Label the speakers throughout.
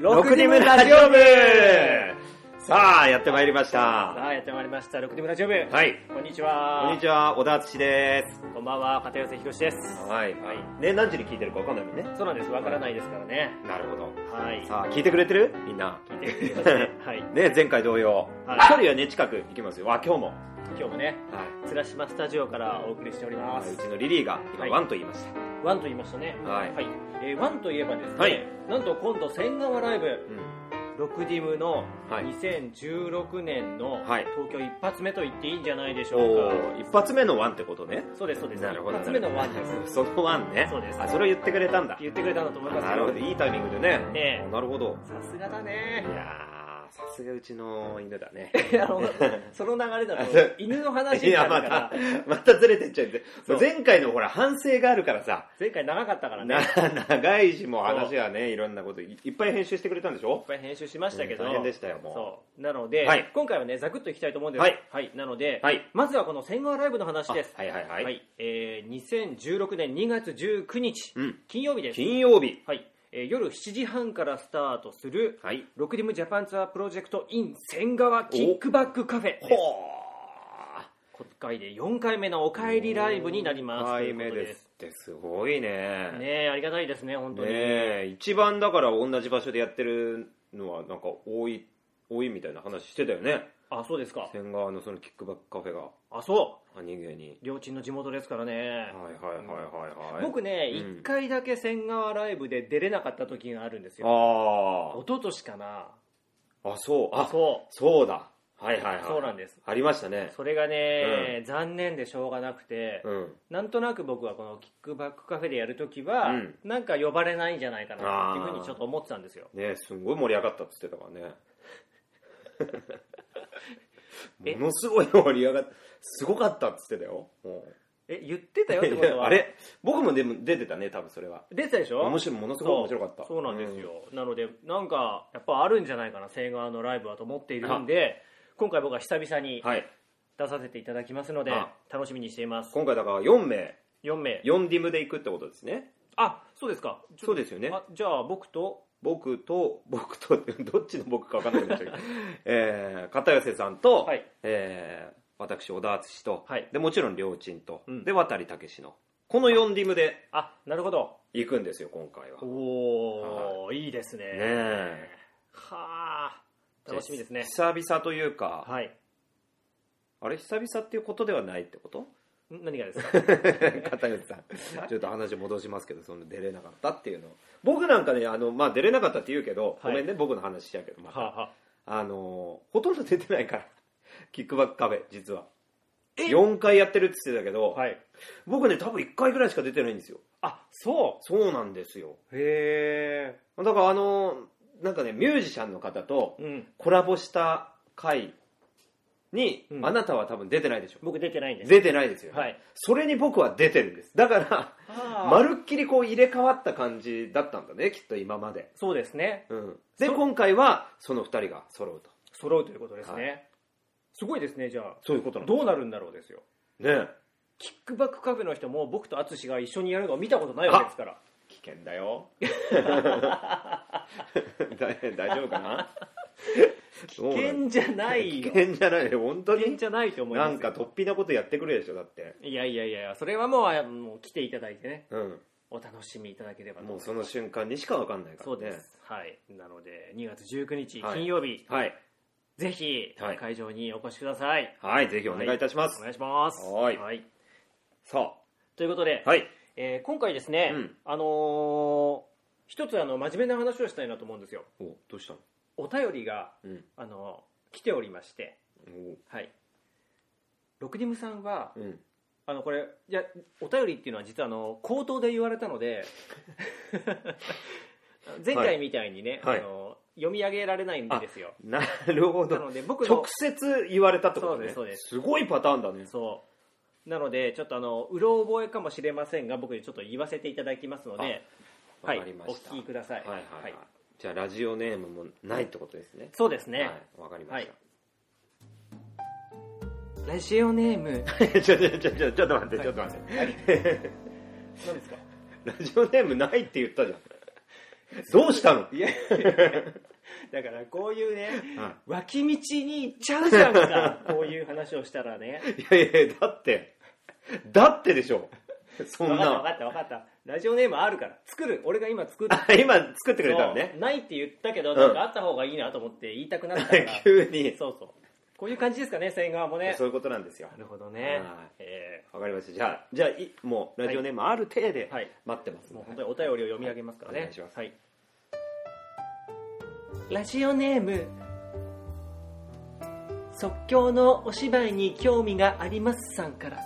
Speaker 1: 六人目ラジオ部さあ、やってまいりました。
Speaker 2: さあ、やってまいりました。六人目ラジオ部。は
Speaker 1: はい。
Speaker 2: こんにちは。
Speaker 1: こんにちは、小田敦で
Speaker 2: は。こんばんは、片寄せひろしです。
Speaker 1: す。はい。ね、何時に聞いてるかわかんないもんね。
Speaker 2: そうなんです。わからないですからね。
Speaker 1: なるほど。
Speaker 2: はい。
Speaker 1: さあ、聞いてくれてるみんな。
Speaker 2: 聞いてくだ さい。はい。
Speaker 1: ね、前回同様。
Speaker 2: はい
Speaker 1: 距離はね、近く行きますよ。あ、今日も。
Speaker 2: 今日もね、
Speaker 1: はい。
Speaker 2: つらしまスタジオからお送りしておりま
Speaker 1: う
Speaker 2: す。
Speaker 1: ちのリリーが今、
Speaker 2: はい
Speaker 1: ワンと言いました。
Speaker 2: ワンと言いましたね。
Speaker 1: はい
Speaker 2: えーワンといえばですね、
Speaker 1: はい
Speaker 2: なんと今度、千川ライブ、
Speaker 1: うん。
Speaker 2: ロクディムの
Speaker 1: はい
Speaker 2: 2016年の
Speaker 1: はい
Speaker 2: 東京一発目と言っていいんじゃないでしょうか。
Speaker 1: おー一発目のワンってことね。
Speaker 2: そうです、そうです。
Speaker 1: なるほど
Speaker 2: 一発目のワンです。
Speaker 1: そのワンね。
Speaker 2: そうです
Speaker 1: あ、それを言ってくれたんだ。
Speaker 2: 言ってくれたんだと思いますよ
Speaker 1: なるほど。いいタイミングでね。
Speaker 2: ええ
Speaker 1: なるほど。
Speaker 2: さすがだ
Speaker 1: い
Speaker 2: ね。
Speaker 1: やー、さすがうちの犬だね。
Speaker 2: いやあのその流れだ
Speaker 1: あそ
Speaker 2: と
Speaker 1: う、
Speaker 2: 犬の話
Speaker 1: い
Speaker 2: にな
Speaker 1: や、
Speaker 2: る
Speaker 1: ま
Speaker 2: から
Speaker 1: た、、またずれてっちゃうんで。
Speaker 2: そう
Speaker 1: 前回のほら、反省があるからさ、
Speaker 2: 前回長かったからね、
Speaker 1: ない
Speaker 2: っ
Speaker 1: 長いし、もう話はね、いろんなこと、いいっぱい編集してくれたんでしょ
Speaker 2: ぱい編集しましたけど、
Speaker 1: うん大変でしたよもう
Speaker 2: そうなので、
Speaker 1: はい
Speaker 2: 今回はね、ざくっといきたいと思うんです。
Speaker 1: はい
Speaker 2: なので、
Speaker 1: はい
Speaker 2: まずはこの千川ライブの話です。
Speaker 1: あはいはいはい。
Speaker 2: えー、2016年2月19日、
Speaker 1: うん
Speaker 2: 金曜日です。
Speaker 1: 金曜日。
Speaker 2: はいえー夜7時半からスタートする、
Speaker 1: はい。
Speaker 2: ロクディムジャパンツアープロジェクト in 千川キックバックカフェです。今回で4回目のおかえりライブになります。
Speaker 1: 1回目
Speaker 2: ということ
Speaker 1: ですって、すごいね。ね
Speaker 2: ねえ、ありがたいですね、本当に。
Speaker 1: え、一番だから同じ場所でやってるのは、なんか多い、多いみたいな話してたよね。
Speaker 2: あ、そうですか。
Speaker 1: 千川のそのキックバックカフェが、
Speaker 2: あ、そ
Speaker 1: 兄上に。
Speaker 2: う。両親の地元ですからね。
Speaker 1: はいはいはいはいはい。
Speaker 2: 僕ね、一
Speaker 1: うん
Speaker 2: 回だけ千川ライブで出れなかった時があるんですよ。
Speaker 1: あ
Speaker 2: 一昨年かな。
Speaker 1: あ。あ、そう。あ、
Speaker 2: そ
Speaker 1: そうだ。はいはいはい。
Speaker 2: そうなんです
Speaker 1: ありましたね
Speaker 2: う。。それがね、残念でしょうがなくて、
Speaker 1: うん。
Speaker 2: なんとなく僕はこのキックバックカフェでやるときは、
Speaker 1: うん
Speaker 2: なんか呼ばれないんじゃないかなっていうふうにちょっと思ってたんですよ。
Speaker 1: ねすんごい盛り上がったって言ってたからね。
Speaker 2: え
Speaker 1: ものすごい盛り上がった。すごかったって言ってたよ。も
Speaker 2: え、言ってたよって こと
Speaker 1: う
Speaker 2: は。
Speaker 1: あれ僕もでも出てたね、多分それは。
Speaker 2: 出てたでしょ
Speaker 1: 面白い、ものすごい面白かった。
Speaker 2: そうなんですよ、なのでなんかやっぱあるんじゃないかな千川のライブはと思っているんで今回僕は久々に
Speaker 1: うん。はい。
Speaker 2: 出させていただきますので
Speaker 1: あ
Speaker 2: 楽しみにしています
Speaker 1: 今回だから4名、
Speaker 2: 4名
Speaker 1: 4ディムで行くってことですね。
Speaker 2: あそうですか
Speaker 1: そうですよね。
Speaker 2: あじゃあ僕と
Speaker 1: 僕と、僕と、 どっちの僕か分かんないんですけど、えー、片寄さんと、
Speaker 2: はい
Speaker 1: えー私、小田敦と、
Speaker 2: はい
Speaker 1: で、もちろん、両親と、
Speaker 2: うん
Speaker 1: で、渡り武の、この4リムで
Speaker 2: あなるほど
Speaker 1: 行くんですよ、今回は。ね
Speaker 2: おお、い、いですね
Speaker 1: え。
Speaker 2: はあ楽しみですね
Speaker 1: 久々というか、
Speaker 2: はい
Speaker 1: あれ、久々っていうことではないってこと
Speaker 2: ん何がです か
Speaker 1: 片寄さん、ちょっと話戻しますけど、その出れなかったっていうの。僕なんかね、あの、まあ、出れなかったって言うけど、
Speaker 2: はい
Speaker 1: ごめんね、僕の話しちゃうけど、また
Speaker 2: はあ、はあ、
Speaker 1: あのーほとんど出てないから、キックバックカフェ、実は。
Speaker 2: え
Speaker 1: 4回やってるって言ってたけど、
Speaker 2: はい
Speaker 1: 僕ね、多分1回ぐらいしか出てないんですよ。
Speaker 2: あそ
Speaker 1: そうなんですよ。
Speaker 2: うへえ
Speaker 1: だからあのーなんかね、ミュージシャンの方と
Speaker 2: うん
Speaker 1: コラボした回に、
Speaker 2: うん
Speaker 1: あなたは多分出てないでしょ。
Speaker 2: 僕出てないんです
Speaker 1: 出てないですよ、ね
Speaker 2: はい
Speaker 1: それに僕は出てるんです。だから、
Speaker 2: あー
Speaker 1: まるっきりこう入れ替わった感じだったんだね、きっと今まで。
Speaker 2: そうですね
Speaker 1: うん、で、今回はその2人が揃うと。
Speaker 2: 揃うということですね、
Speaker 1: は
Speaker 2: すごいですねじゃあ
Speaker 1: そういうことなんだ。
Speaker 2: どうなるんだろうですよ
Speaker 1: ね
Speaker 2: キックバックカフェの人も僕と淳が一緒にやるのを見たことないわけですから
Speaker 1: 危険だ よ大大丈夫かな
Speaker 2: 危
Speaker 1: 危
Speaker 2: 険じゃない
Speaker 1: 危
Speaker 2: よ
Speaker 1: 険じゃないよ本当
Speaker 2: 危険
Speaker 1: に
Speaker 2: じゃないと思います
Speaker 1: なんか突飛なことやってくるでしょだって
Speaker 2: いやいやいやそれはもうあの来ていただいてね
Speaker 1: うん
Speaker 2: お楽しみいただければと
Speaker 1: も
Speaker 2: 思
Speaker 1: う
Speaker 2: います
Speaker 1: その瞬間にしか分かんないから、ね、
Speaker 2: そうです、はいなので2月19日
Speaker 1: はい
Speaker 2: 金曜日、
Speaker 1: はい
Speaker 2: ぜひ
Speaker 1: はい
Speaker 2: 会場にお越しください、
Speaker 1: はいぜひお願いいたします、
Speaker 2: お願いします
Speaker 1: はいさ
Speaker 2: ということで、
Speaker 1: あはい
Speaker 2: えー今回ですね、
Speaker 1: うん
Speaker 2: あのー一つあの真面目な話をしたいなと思うんですよ
Speaker 1: おどうしたの
Speaker 2: お便りが
Speaker 1: うん
Speaker 2: あの来ておりましてはいロクディムさんは
Speaker 1: おうん
Speaker 2: あのこれいやお便りっていうのは実はあの口頭で言われたので 前回みたいにね、
Speaker 1: はい
Speaker 2: あの読み上げられないんですよ
Speaker 1: なるほ
Speaker 2: な
Speaker 1: ど
Speaker 2: ので僕の
Speaker 1: 直接言われたってことね
Speaker 2: そうです
Speaker 1: すごいパターンだね
Speaker 2: そうなのでちょっとあのうろ覚えかもしれませんが僕ちょっと言わせていただきますので
Speaker 1: わ
Speaker 2: はい
Speaker 1: かりま
Speaker 2: お
Speaker 1: した、
Speaker 2: 聞きください、
Speaker 1: はいはいはいじゃあラジオネームもないってことですね
Speaker 2: そうですね、
Speaker 1: はい、わかりました。
Speaker 2: ラジオネーム
Speaker 1: ちょ、ちょ、ちょ、ちょ、ちょっと待って、ちょっと待って。
Speaker 2: 何ですか
Speaker 1: ラジオネームないって言ったじゃん。 どうしたの
Speaker 2: いやいやいや だからこういうね、脇道に行っちゃうじゃんか、こういう話をしたらね。
Speaker 1: いやいやいやだってだってでしょ そん
Speaker 2: 分か
Speaker 1: な
Speaker 2: った分かった分かった。ラジオネームあるから、作る。俺が今作って
Speaker 1: あ今作ってくれたのね
Speaker 2: ないって言ったけど、
Speaker 1: ん。
Speaker 2: なんかあった方がいいなと思って言いたくなったから
Speaker 1: 急に
Speaker 2: そうそう。こういう感じですかね、千川もね
Speaker 1: そ。ういうことなんですよ
Speaker 2: なるほどね
Speaker 1: はい。
Speaker 2: え
Speaker 1: わかりましたじゃあじゃあいもうラジオネームある程で
Speaker 2: はい
Speaker 1: 待ってま
Speaker 2: ー
Speaker 1: すんで、
Speaker 2: もう本当にお便りを読み上げますからね。
Speaker 1: お願いします
Speaker 2: はい。ラジオネーム、即興のお芝居に興味がありますさんから。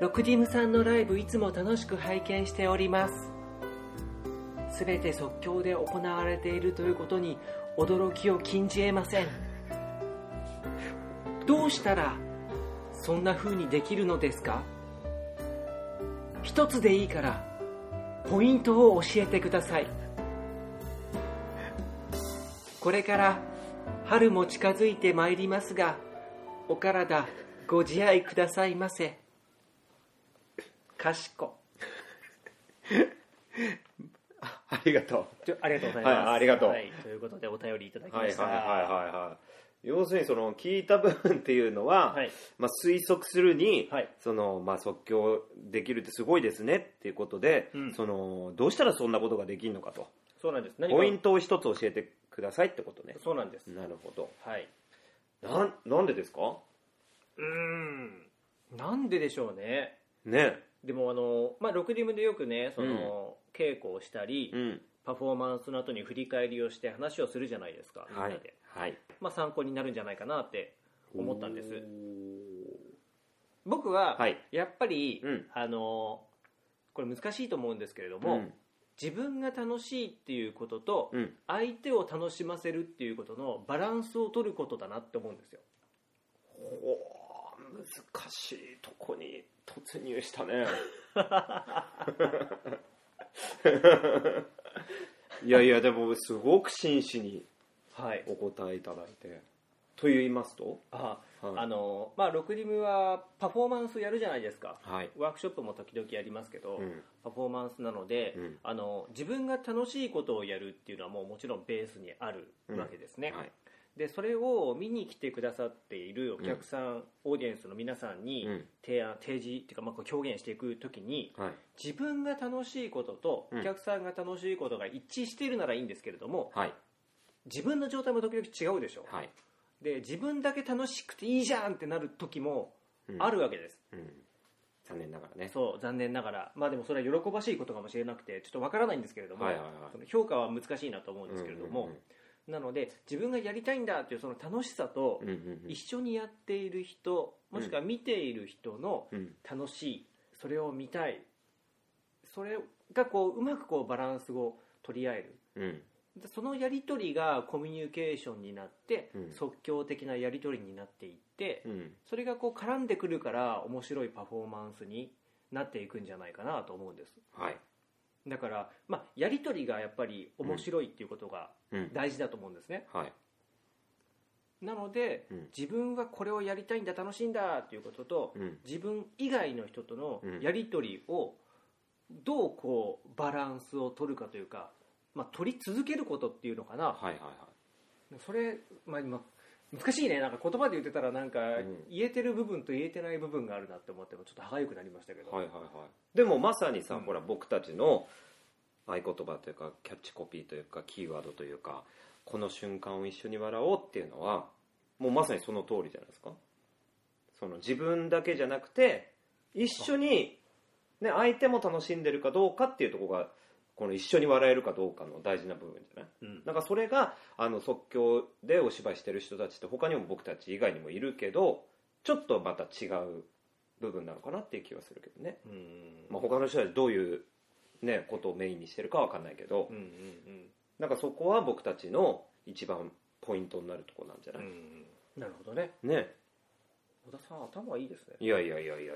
Speaker 2: ロクディムさんのライブいつも楽しく拝見しておりますすべて即興で行われているということに驚きを禁じ得ませんどうしたらそんな風にできるのですか一つでいいからポイントを教えてくださいこれから春も近づいてまいりますがお体ご自愛くださいませかしこ
Speaker 1: ありがと
Speaker 2: ちょありがとうござい
Speaker 1: はいありがとう
Speaker 2: ということでお便りいただき
Speaker 1: うは
Speaker 2: ま
Speaker 1: い
Speaker 2: し
Speaker 1: はい
Speaker 2: た
Speaker 1: はいはいはい要するにその聞いた部分っていうのは、
Speaker 2: はい
Speaker 1: まあ、推測するに、
Speaker 2: はい
Speaker 1: そのまあ、即興できるってすごいですねっていうことで、
Speaker 2: うん
Speaker 1: そのどうしたらそんなことができるのかと
Speaker 2: そうなんです何か
Speaker 1: ポイントを一つ教えてくださいってことね
Speaker 2: そうなんです
Speaker 1: なるほど
Speaker 2: はい
Speaker 1: なんなんでですか
Speaker 2: うーんなんででしょうね
Speaker 1: ね
Speaker 2: でもあのまあロクディムでよくねその、稽古をしたり、
Speaker 1: うん
Speaker 2: パフォーマンスの後に振り返りをして話をするじゃないですか、みんな
Speaker 1: はい
Speaker 2: で
Speaker 1: はい
Speaker 2: まあ、参考になるんじゃないかなって思ったんです僕は、
Speaker 1: はい
Speaker 2: やっぱり、
Speaker 1: うん
Speaker 2: あのこれ難しいと思うんですけれど
Speaker 1: も
Speaker 2: も、
Speaker 1: うん
Speaker 2: 自分が楽しいっていうことと、
Speaker 1: うん
Speaker 2: 相手を楽しませるっていうことのバランスを取ることだなって思うんですよ
Speaker 1: おー難しいとこに突入したね いやいやでもすごく真摯に
Speaker 2: はい
Speaker 1: お答えいただいてと言いますと
Speaker 2: あ、
Speaker 1: はい
Speaker 2: あのまあロクリムはパフォーマンスやるじゃないですか
Speaker 1: はい
Speaker 2: ワークショップも時々やりますけど、
Speaker 1: うん
Speaker 2: パフォーマンスなので、
Speaker 1: うん
Speaker 2: あの自分が楽しいことをやるっていうのはもうもちろんベースにあるわけですね、
Speaker 1: はい
Speaker 2: でそれを見に来てくださっているお客さん、オーディエンスの皆さんに
Speaker 1: うん
Speaker 2: 提案提示っていうか、まあ、こう表現していくときに
Speaker 1: はい
Speaker 2: 自分が楽しいことと
Speaker 1: うん
Speaker 2: お客さんが楽しいことが一致しているならいいんですけれども、
Speaker 1: はい
Speaker 2: 自分の状態も時々違うでしょ、
Speaker 1: はい
Speaker 2: で自分だけ楽しくていいじゃんってなる時もあ
Speaker 1: る
Speaker 2: るわけです、
Speaker 1: 残念ながらね
Speaker 2: そう残念ながらまあでもそれは喜ばしいことかもしれなくてちょっとわからないんですけれども、
Speaker 1: はいはいはい
Speaker 2: その評価は難しいなと思うんですけれども、
Speaker 1: うんうん
Speaker 2: なので自分がやりたいんだっていうその楽しさと、
Speaker 1: うんうんうん
Speaker 2: 一緒にやっている人もしくは見ている人の
Speaker 1: うん
Speaker 2: 楽しいそれを見たいそれがこううまくこうバランスを取り合える
Speaker 1: うん
Speaker 2: でそのやり取りがコミュニケーションになって、
Speaker 1: うん
Speaker 2: 即興的なやり取りになっていって、
Speaker 1: うん
Speaker 2: それがこう絡んでくるから面白いパフォーマンスになっていくんじゃないかなと思うんです
Speaker 1: はい
Speaker 2: だから、まあ、やり取りがやっぱり面白いっていうことが
Speaker 1: うん
Speaker 2: 大事だと思うんですね、
Speaker 1: はい
Speaker 2: なので、
Speaker 1: うん
Speaker 2: 自分はこれをやりたいんだ楽しいんだっていうことと、
Speaker 1: うん
Speaker 2: 自分以外の人との
Speaker 1: うん
Speaker 2: やり取りをどうこうバランスを取るかというか、まあ、取り続けることっていうのかな、
Speaker 1: はいはいはい
Speaker 2: それ、まあ、今難しいねなんか言葉で言ってたらなんか
Speaker 1: ん
Speaker 2: 言えてる部分と言えてない部分があるなって思ってもちょっと歯がゆくなりましたけど、
Speaker 1: はいはいはい、でもまさにさ、
Speaker 2: うん
Speaker 1: ほら僕たちの合言葉というかキャッチコピーというかキーワードというかこの瞬間を一緒に笑おうっていうのはもうまさにその通りじゃないですかその自分だけじゃなくて一緒に、ね、相手も楽しんでるかどうかっていうところがこの一緒に笑えるかどうかの大事な部分じゃない
Speaker 2: うん
Speaker 1: なんかそれがあの即興でお芝居してる人たちって他にも僕たち以外にもいるけどちょっとまた違う部分なのかなっていう気はするけどね、
Speaker 2: うん
Speaker 1: まあ、他の人たちどういう、ね、ことをメインにしてるかわかんないけど、
Speaker 2: うんうん
Speaker 1: なんかそこは僕たちの一番ポイントになるとこなんじゃ
Speaker 2: う
Speaker 1: なんい、
Speaker 2: なるほどね
Speaker 1: ね
Speaker 2: 小田さん頭いいですね
Speaker 1: いやいやいやいやいやいや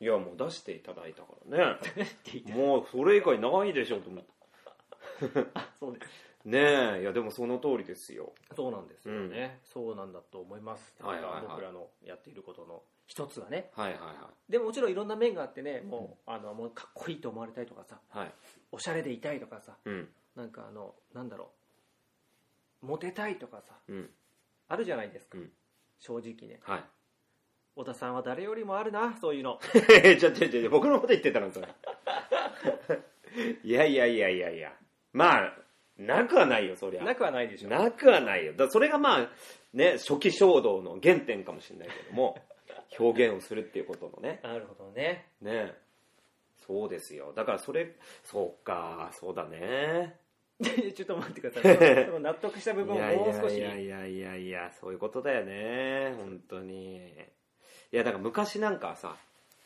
Speaker 1: いやもう出していただいた からねもうそれ以外ないでしょと思って
Speaker 2: あそうです
Speaker 1: ねえいやでもその通りですよ
Speaker 2: そうなんですよね、そうなんだと思います、
Speaker 1: はいはいはい
Speaker 2: 僕らのやっていることの一つがね
Speaker 1: はいはいは
Speaker 2: でももちろんいろんな面があってねもう,、あのもうかっこいいと思われたいとかさ
Speaker 1: いはい
Speaker 2: おしゃれでいたいとかさ
Speaker 1: うん
Speaker 2: なんかあのなんだろうモテたいとかさ
Speaker 1: うん
Speaker 2: あるじゃないですか、
Speaker 1: うん
Speaker 2: 正直ね
Speaker 1: はい
Speaker 2: 小田さんは誰よりもあるなそういうの
Speaker 1: え ちょちょちょちょ僕のこと言ってたのそ れいやいやいやいやいやまあなくはないよそりゃ
Speaker 2: なくはないでしょ
Speaker 1: なくはないよだそれがまあね初期衝動の原点かもしれないけど も表現をするっていうことのね
Speaker 2: なるほどね
Speaker 1: ねそうですよだからそれそうかそうだね
Speaker 2: ちょっと待ってくださ いその納得した部
Speaker 1: い
Speaker 2: 分を
Speaker 1: やい
Speaker 2: もう少
Speaker 1: や
Speaker 2: し
Speaker 1: いやいやいやいやそういうことだよね本当にいやだから昔なんかはさ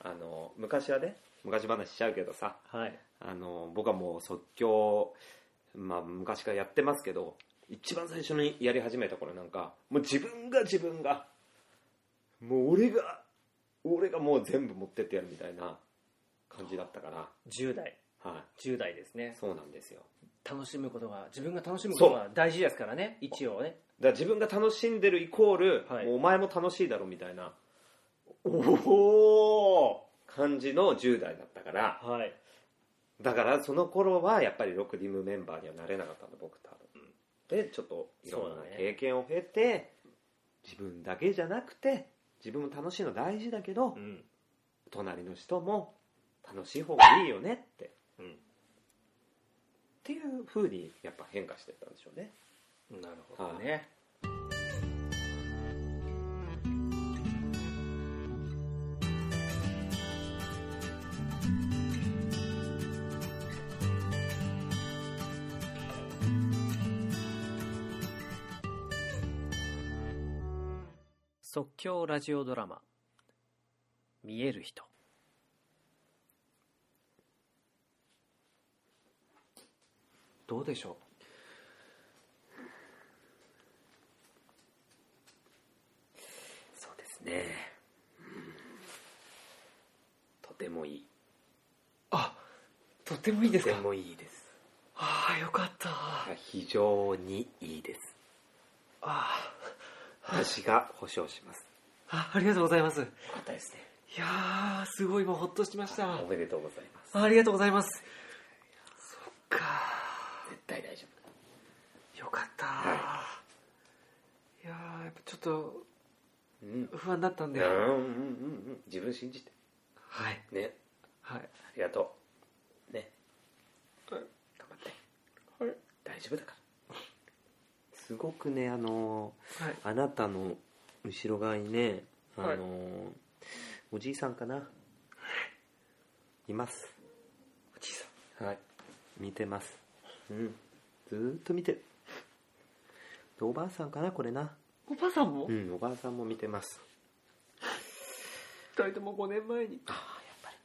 Speaker 1: あの昔はね昔話しちゃうけどさ
Speaker 2: はい
Speaker 1: あの僕はもう即興、まあ、昔からやってますけど一番最初にやり始めた頃なんかもう自分が自分がもう俺が俺がもう全部持ってってやるみたいな感じだったから、
Speaker 2: 10代
Speaker 1: は
Speaker 2: 10代ですね
Speaker 1: い、そうなんですよ
Speaker 2: 楽しむことが自分が楽しむことが大事ですからね一応ね
Speaker 1: だから自分が楽しんでるイコール、
Speaker 2: はい
Speaker 1: もうお前も楽しいだろみたいなおお感じの10代だったから
Speaker 2: はい
Speaker 1: だからその頃はやっぱりロクディムメンバーにはなれなかったの僕多分、でちょっといろんな
Speaker 2: そうだね
Speaker 1: 経験を経て、自分だけじゃなくて自分も楽しいの大事だけど、
Speaker 2: うん
Speaker 1: 隣の人も楽しい方がいいよねってっ
Speaker 2: うん
Speaker 1: ていう風にやっぱ変化してったんでしょうね
Speaker 2: なるほどね、即興ラジオドラマ「見える人」どうでしょう
Speaker 1: そうですねとてもいい
Speaker 2: あとてもいいです
Speaker 1: と
Speaker 2: か
Speaker 1: てもいいです
Speaker 2: ああよかったあ
Speaker 1: 非常にいいです
Speaker 2: あ
Speaker 1: 私が保証します
Speaker 2: あありがとうございますい
Speaker 1: よかったですね
Speaker 2: やーすごい今ほっとしました
Speaker 1: おめでとうございます
Speaker 2: ありがとうございますそっか
Speaker 1: 絶対大丈夫
Speaker 2: よかった、、
Speaker 1: はい
Speaker 2: やーやっぱちょっと
Speaker 1: うん
Speaker 2: 不安だったん
Speaker 1: う
Speaker 2: で、
Speaker 1: んうんうん自分信じて
Speaker 2: はい
Speaker 1: ね
Speaker 2: はい
Speaker 1: ありがとうね
Speaker 2: はい
Speaker 1: 頑張って
Speaker 2: はい
Speaker 1: 大丈夫だからすごくねあの
Speaker 2: はい
Speaker 1: あなたの後ろ側にねあの、
Speaker 2: はい
Speaker 1: おじいさんかないます
Speaker 2: おじいさん
Speaker 1: はい見てますうんずーっと見てるでおばあさんかなこれな
Speaker 2: おばさんも、
Speaker 1: うんおばあさんも見てます
Speaker 2: 二人とも5年前に
Speaker 1: ああやっぱり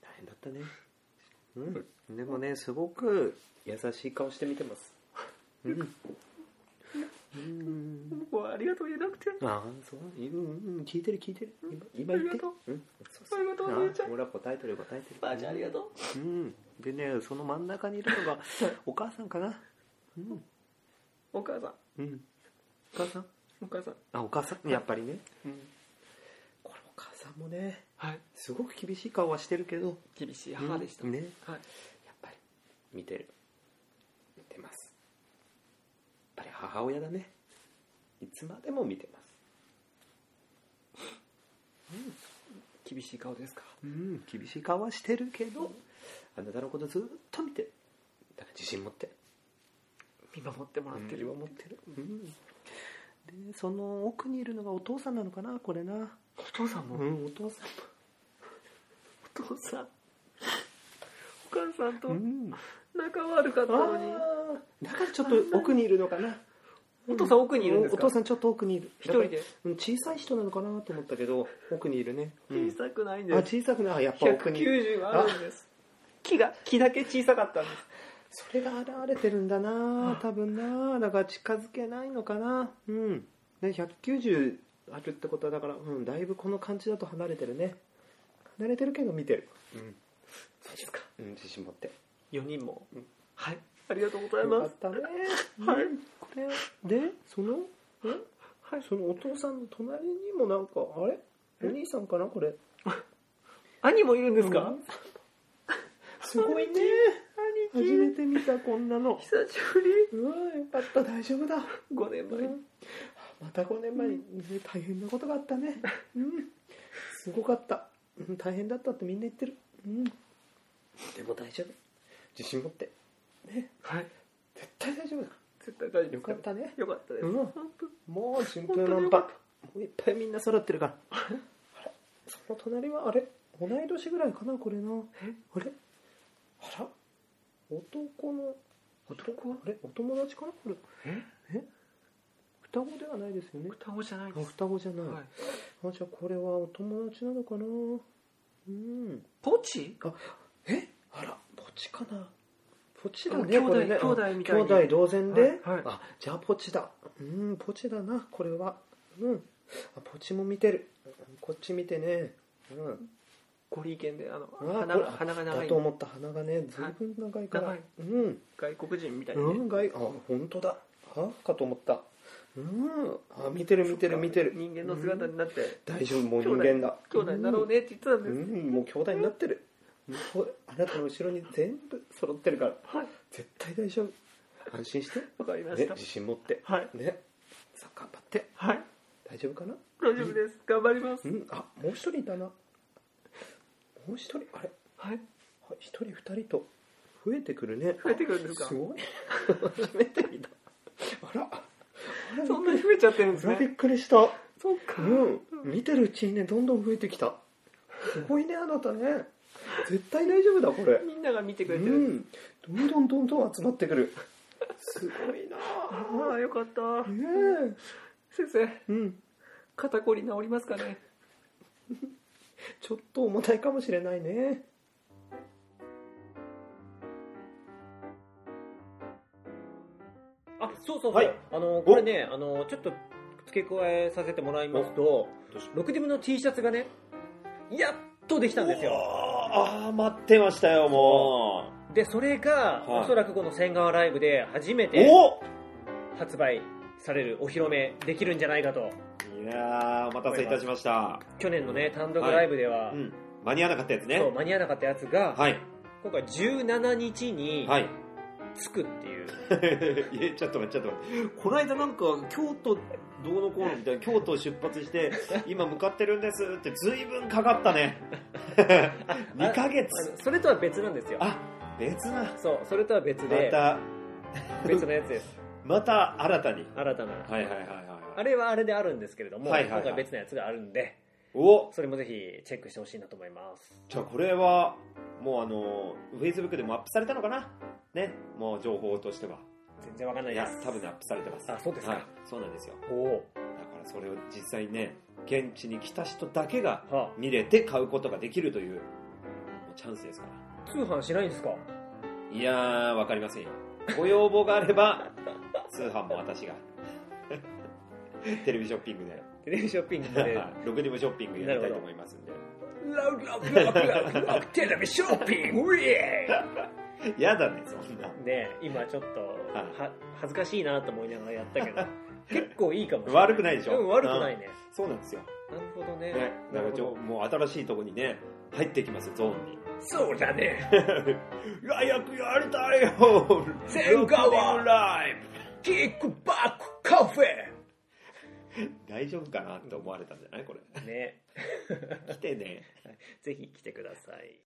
Speaker 1: 大変だったねうんでもねすごく優しい顔して見てます うんうん
Speaker 2: 僕はありがとう言えなくて
Speaker 1: ああそううんうん聞いてる聞いてる今今
Speaker 2: あ
Speaker 1: 言っ
Speaker 2: り
Speaker 1: て
Speaker 2: がと
Speaker 1: うんそう
Speaker 2: ありがとうお
Speaker 1: あ
Speaker 2: じいちゃん
Speaker 1: ほら答えてる答えてる
Speaker 2: ばあちゃんありがとう
Speaker 1: うんでねその真ん中にい るのがお母さんかなうん
Speaker 2: お母さん
Speaker 1: うんお母さん
Speaker 2: お母さん
Speaker 1: あお母さんやっぱりね、 これお母さんもね
Speaker 2: はい
Speaker 1: すごく厳しい顔はしてるけど
Speaker 2: 厳しい母でした、
Speaker 1: うんね
Speaker 2: はい
Speaker 1: やっぱり見てる見てますやっぱり母親だねいつまでも見てます
Speaker 2: 厳しい顔ですか
Speaker 1: うん厳しい顔はしてるけどあなたのことずっと見てるだから自信持って
Speaker 2: 見守ってもらってる、
Speaker 1: は持ってる、うん、でその奥にいるのがお父さんなのかなこれな
Speaker 2: お父さんも、
Speaker 1: んお父さ
Speaker 2: お父さんお母さんと
Speaker 1: んうん
Speaker 2: 仲悪かったのに
Speaker 1: あーだからちょっと奥にいるのかな
Speaker 2: お父さん奥にいるんですか
Speaker 1: お父さんちょっと奥にいる
Speaker 2: 一人で
Speaker 1: うん小さい人なのかなと思ったけど奥にいるね、うん
Speaker 2: 小さくないん
Speaker 1: あ
Speaker 2: です、
Speaker 1: 小さくないあやっぱ奥に
Speaker 2: 190があるんです木が木だけ小さかったんです
Speaker 1: それが現れてるんだな
Speaker 2: あ
Speaker 1: 多分なだから近づけないのかなうんね190あるってことはだから、うん、だいぶこの感じだと離れてるね離れてるけど見てる
Speaker 2: そうですか
Speaker 1: うん、うん、自信持って
Speaker 2: 4人も、
Speaker 1: うん
Speaker 2: はい
Speaker 3: ありがとうござい
Speaker 1: よか
Speaker 3: ま
Speaker 1: っ
Speaker 3: す。
Speaker 1: たね。
Speaker 3: はい。
Speaker 1: これでそのえはいそのお父さんの隣にもなんかあれお兄さんかなこれ
Speaker 3: 兄もいるんですか、
Speaker 1: うん すごいね
Speaker 3: 兄貴
Speaker 1: 初めて見たこん なの
Speaker 3: 久しぶり
Speaker 1: うわよかった大丈夫だ
Speaker 3: !5 年前
Speaker 1: うんまた5年前に、ね、大変なことがあったねうんすごかった、うん、大変だったってみんな言ってるうんでも大丈夫自信持って
Speaker 3: はい。
Speaker 1: 絶対大丈夫だ
Speaker 3: 絶対大丈夫です
Speaker 1: よかったね
Speaker 3: よかったです。
Speaker 1: うん
Speaker 3: 本
Speaker 1: もう順
Speaker 3: 当
Speaker 1: 風
Speaker 3: に
Speaker 1: 満
Speaker 3: よかっ
Speaker 1: 帆もういっぱいみんな揃ってるからあれその隣はあれ同い年ぐらいかなこれな
Speaker 3: え
Speaker 1: あれあら男の男はあれお友達かなこれ
Speaker 3: たえ
Speaker 1: 双子ではないですよね
Speaker 3: 双子じゃないん
Speaker 1: あ
Speaker 3: です。
Speaker 1: 双子じゃない、
Speaker 3: はい、
Speaker 1: あじゃあこれはお友達なのかなうん
Speaker 3: ポチ
Speaker 1: えあらポチかなポチだ
Speaker 3: あ兄
Speaker 1: ね
Speaker 3: 弟
Speaker 1: これね
Speaker 3: 兄弟みたい
Speaker 1: 兄
Speaker 3: に
Speaker 1: 弟同然で、
Speaker 3: はいはい
Speaker 1: あじゃあポチだうんポチだなこれはうんあポチも見てるこっち見てねうん
Speaker 3: ご利見であの
Speaker 1: あ
Speaker 3: 鼻
Speaker 1: これ
Speaker 3: が鼻が長
Speaker 1: だ
Speaker 3: い
Speaker 1: と思った鼻がねずいぶん長いから、
Speaker 3: はい
Speaker 1: うん
Speaker 3: 外国人みたいに、ね
Speaker 1: うんがいあ本当だはかと思ったうんあ見てる見てる見てる
Speaker 3: 人間の姿
Speaker 1: うん
Speaker 3: になって、
Speaker 1: 大丈夫もう人間だ
Speaker 3: 兄弟になろうねって言ってたんで
Speaker 1: う
Speaker 3: す、
Speaker 1: ん、もう兄弟になってるもうあなたの後ろに全部揃ってるから
Speaker 3: はい
Speaker 1: 絶対大丈夫 安心して、
Speaker 3: わかりまし
Speaker 1: ね、
Speaker 3: た、
Speaker 1: 自信持って
Speaker 3: はい
Speaker 1: ねさあ頑張って
Speaker 3: はい
Speaker 1: 大丈夫かな
Speaker 3: 大丈夫です頑張ります、
Speaker 1: うんあもう一人いたなもう一人あれ
Speaker 3: はい
Speaker 1: あ一人二人と増えてくるね
Speaker 3: 増えてくるんですか
Speaker 1: すごい初めて見たあらあら
Speaker 3: そんなに増えちゃってるんです
Speaker 1: うわびっ
Speaker 3: ね
Speaker 1: くりした
Speaker 3: そっか、
Speaker 1: うん見てるうちにねどんどん増えてきたすごいねあなたね絶対大丈夫だこれ
Speaker 3: みんなが見てくれ
Speaker 1: う
Speaker 3: てる、
Speaker 1: ん、どんどんどんどん集まってくる。すごいな
Speaker 3: ああよかった、
Speaker 1: ぁ。ね
Speaker 3: 先生
Speaker 1: え。うん。
Speaker 3: 肩こり治りますかね
Speaker 1: ちょっと重たいかもしれないね。
Speaker 2: あそうそうそう、
Speaker 1: はい
Speaker 2: あのこれねあのちょっと付け加えさせてもらいますと
Speaker 1: どうしよ
Speaker 2: ロクディムの T シャツがねやっとできたんですよ
Speaker 1: ああ、待ってましたよ、も
Speaker 2: でそれが、
Speaker 1: はい
Speaker 2: おそらくこの千川ライブで初め
Speaker 1: う
Speaker 2: て
Speaker 1: お
Speaker 2: 発売されるお披露目できるんじゃないかと
Speaker 1: いやー、お待たせいたしました。
Speaker 2: 去年のね単独ライブでは、
Speaker 1: うん。間に合わなかったやつ
Speaker 2: そう
Speaker 1: ね。
Speaker 2: 間に合わなかったやつが、
Speaker 1: はい。
Speaker 2: 今回17日に
Speaker 1: はい。
Speaker 2: 着くっていう、
Speaker 1: いや、ちょっと待って、ちょっと待って。この間なんか、京都、どうのこうのみたいな、京都を出発して、 今向かってるんですって、ずいぶんかかった ね。2ヶ
Speaker 2: あ
Speaker 1: 月。
Speaker 2: のそれとは別なんですよ
Speaker 1: あ、別な。
Speaker 2: そうそれとは別
Speaker 1: ま
Speaker 2: で、
Speaker 1: た
Speaker 2: 別のやつです
Speaker 1: また新たに
Speaker 2: 新たな、
Speaker 1: はいはいはい
Speaker 2: あ
Speaker 1: はい
Speaker 2: れはあれであるんですけれども、
Speaker 1: はいはいはい
Speaker 2: 今回別のやつがあるんで
Speaker 1: お
Speaker 2: それもぜひチェックしてほしいなと思います
Speaker 1: じゃあこれはもうあのフェイスブックでもアップされたのかなねもう情報としては
Speaker 2: 全然わかんない
Speaker 1: い
Speaker 2: で
Speaker 1: や
Speaker 2: す
Speaker 1: 多分ねアップされてます
Speaker 2: あそうですか
Speaker 1: はい、そうなんですよ
Speaker 2: おお
Speaker 1: だからそれを実際ね現地に来た人だけが
Speaker 2: は
Speaker 1: 見れて買うことができるというもうチャンスですから
Speaker 2: あ通販しないんですか
Speaker 1: いやーわかりませんよご要望があれば 通販も私が テレビショッピングで
Speaker 2: テレビショッピングで
Speaker 1: ろくにもショッピングやりたいと思いますんで
Speaker 2: ラウラウラウラウラウテレビショッピングウィー
Speaker 1: やだね、そんな。
Speaker 2: ねえ今ちょっとは恥ずかしいなと思いながらやったけど結構いいかもしれない
Speaker 1: 悪くないでしょ
Speaker 2: うん悪くないね
Speaker 1: そうなんですよ。
Speaker 2: なるほどね
Speaker 1: ね、
Speaker 2: な
Speaker 1: な
Speaker 2: るほ
Speaker 1: んかちょ
Speaker 2: ど
Speaker 1: もう新しいとこにね、入ってきますよ、ゾーン に。
Speaker 2: そうだね
Speaker 1: 早くやりた いよ
Speaker 2: 千川
Speaker 1: ロックンライ
Speaker 2: キックバックカフェ
Speaker 1: ブ大丈夫かなって思われたんじゃないこれ。
Speaker 2: ね
Speaker 1: 来てね。
Speaker 2: ぜひ来てください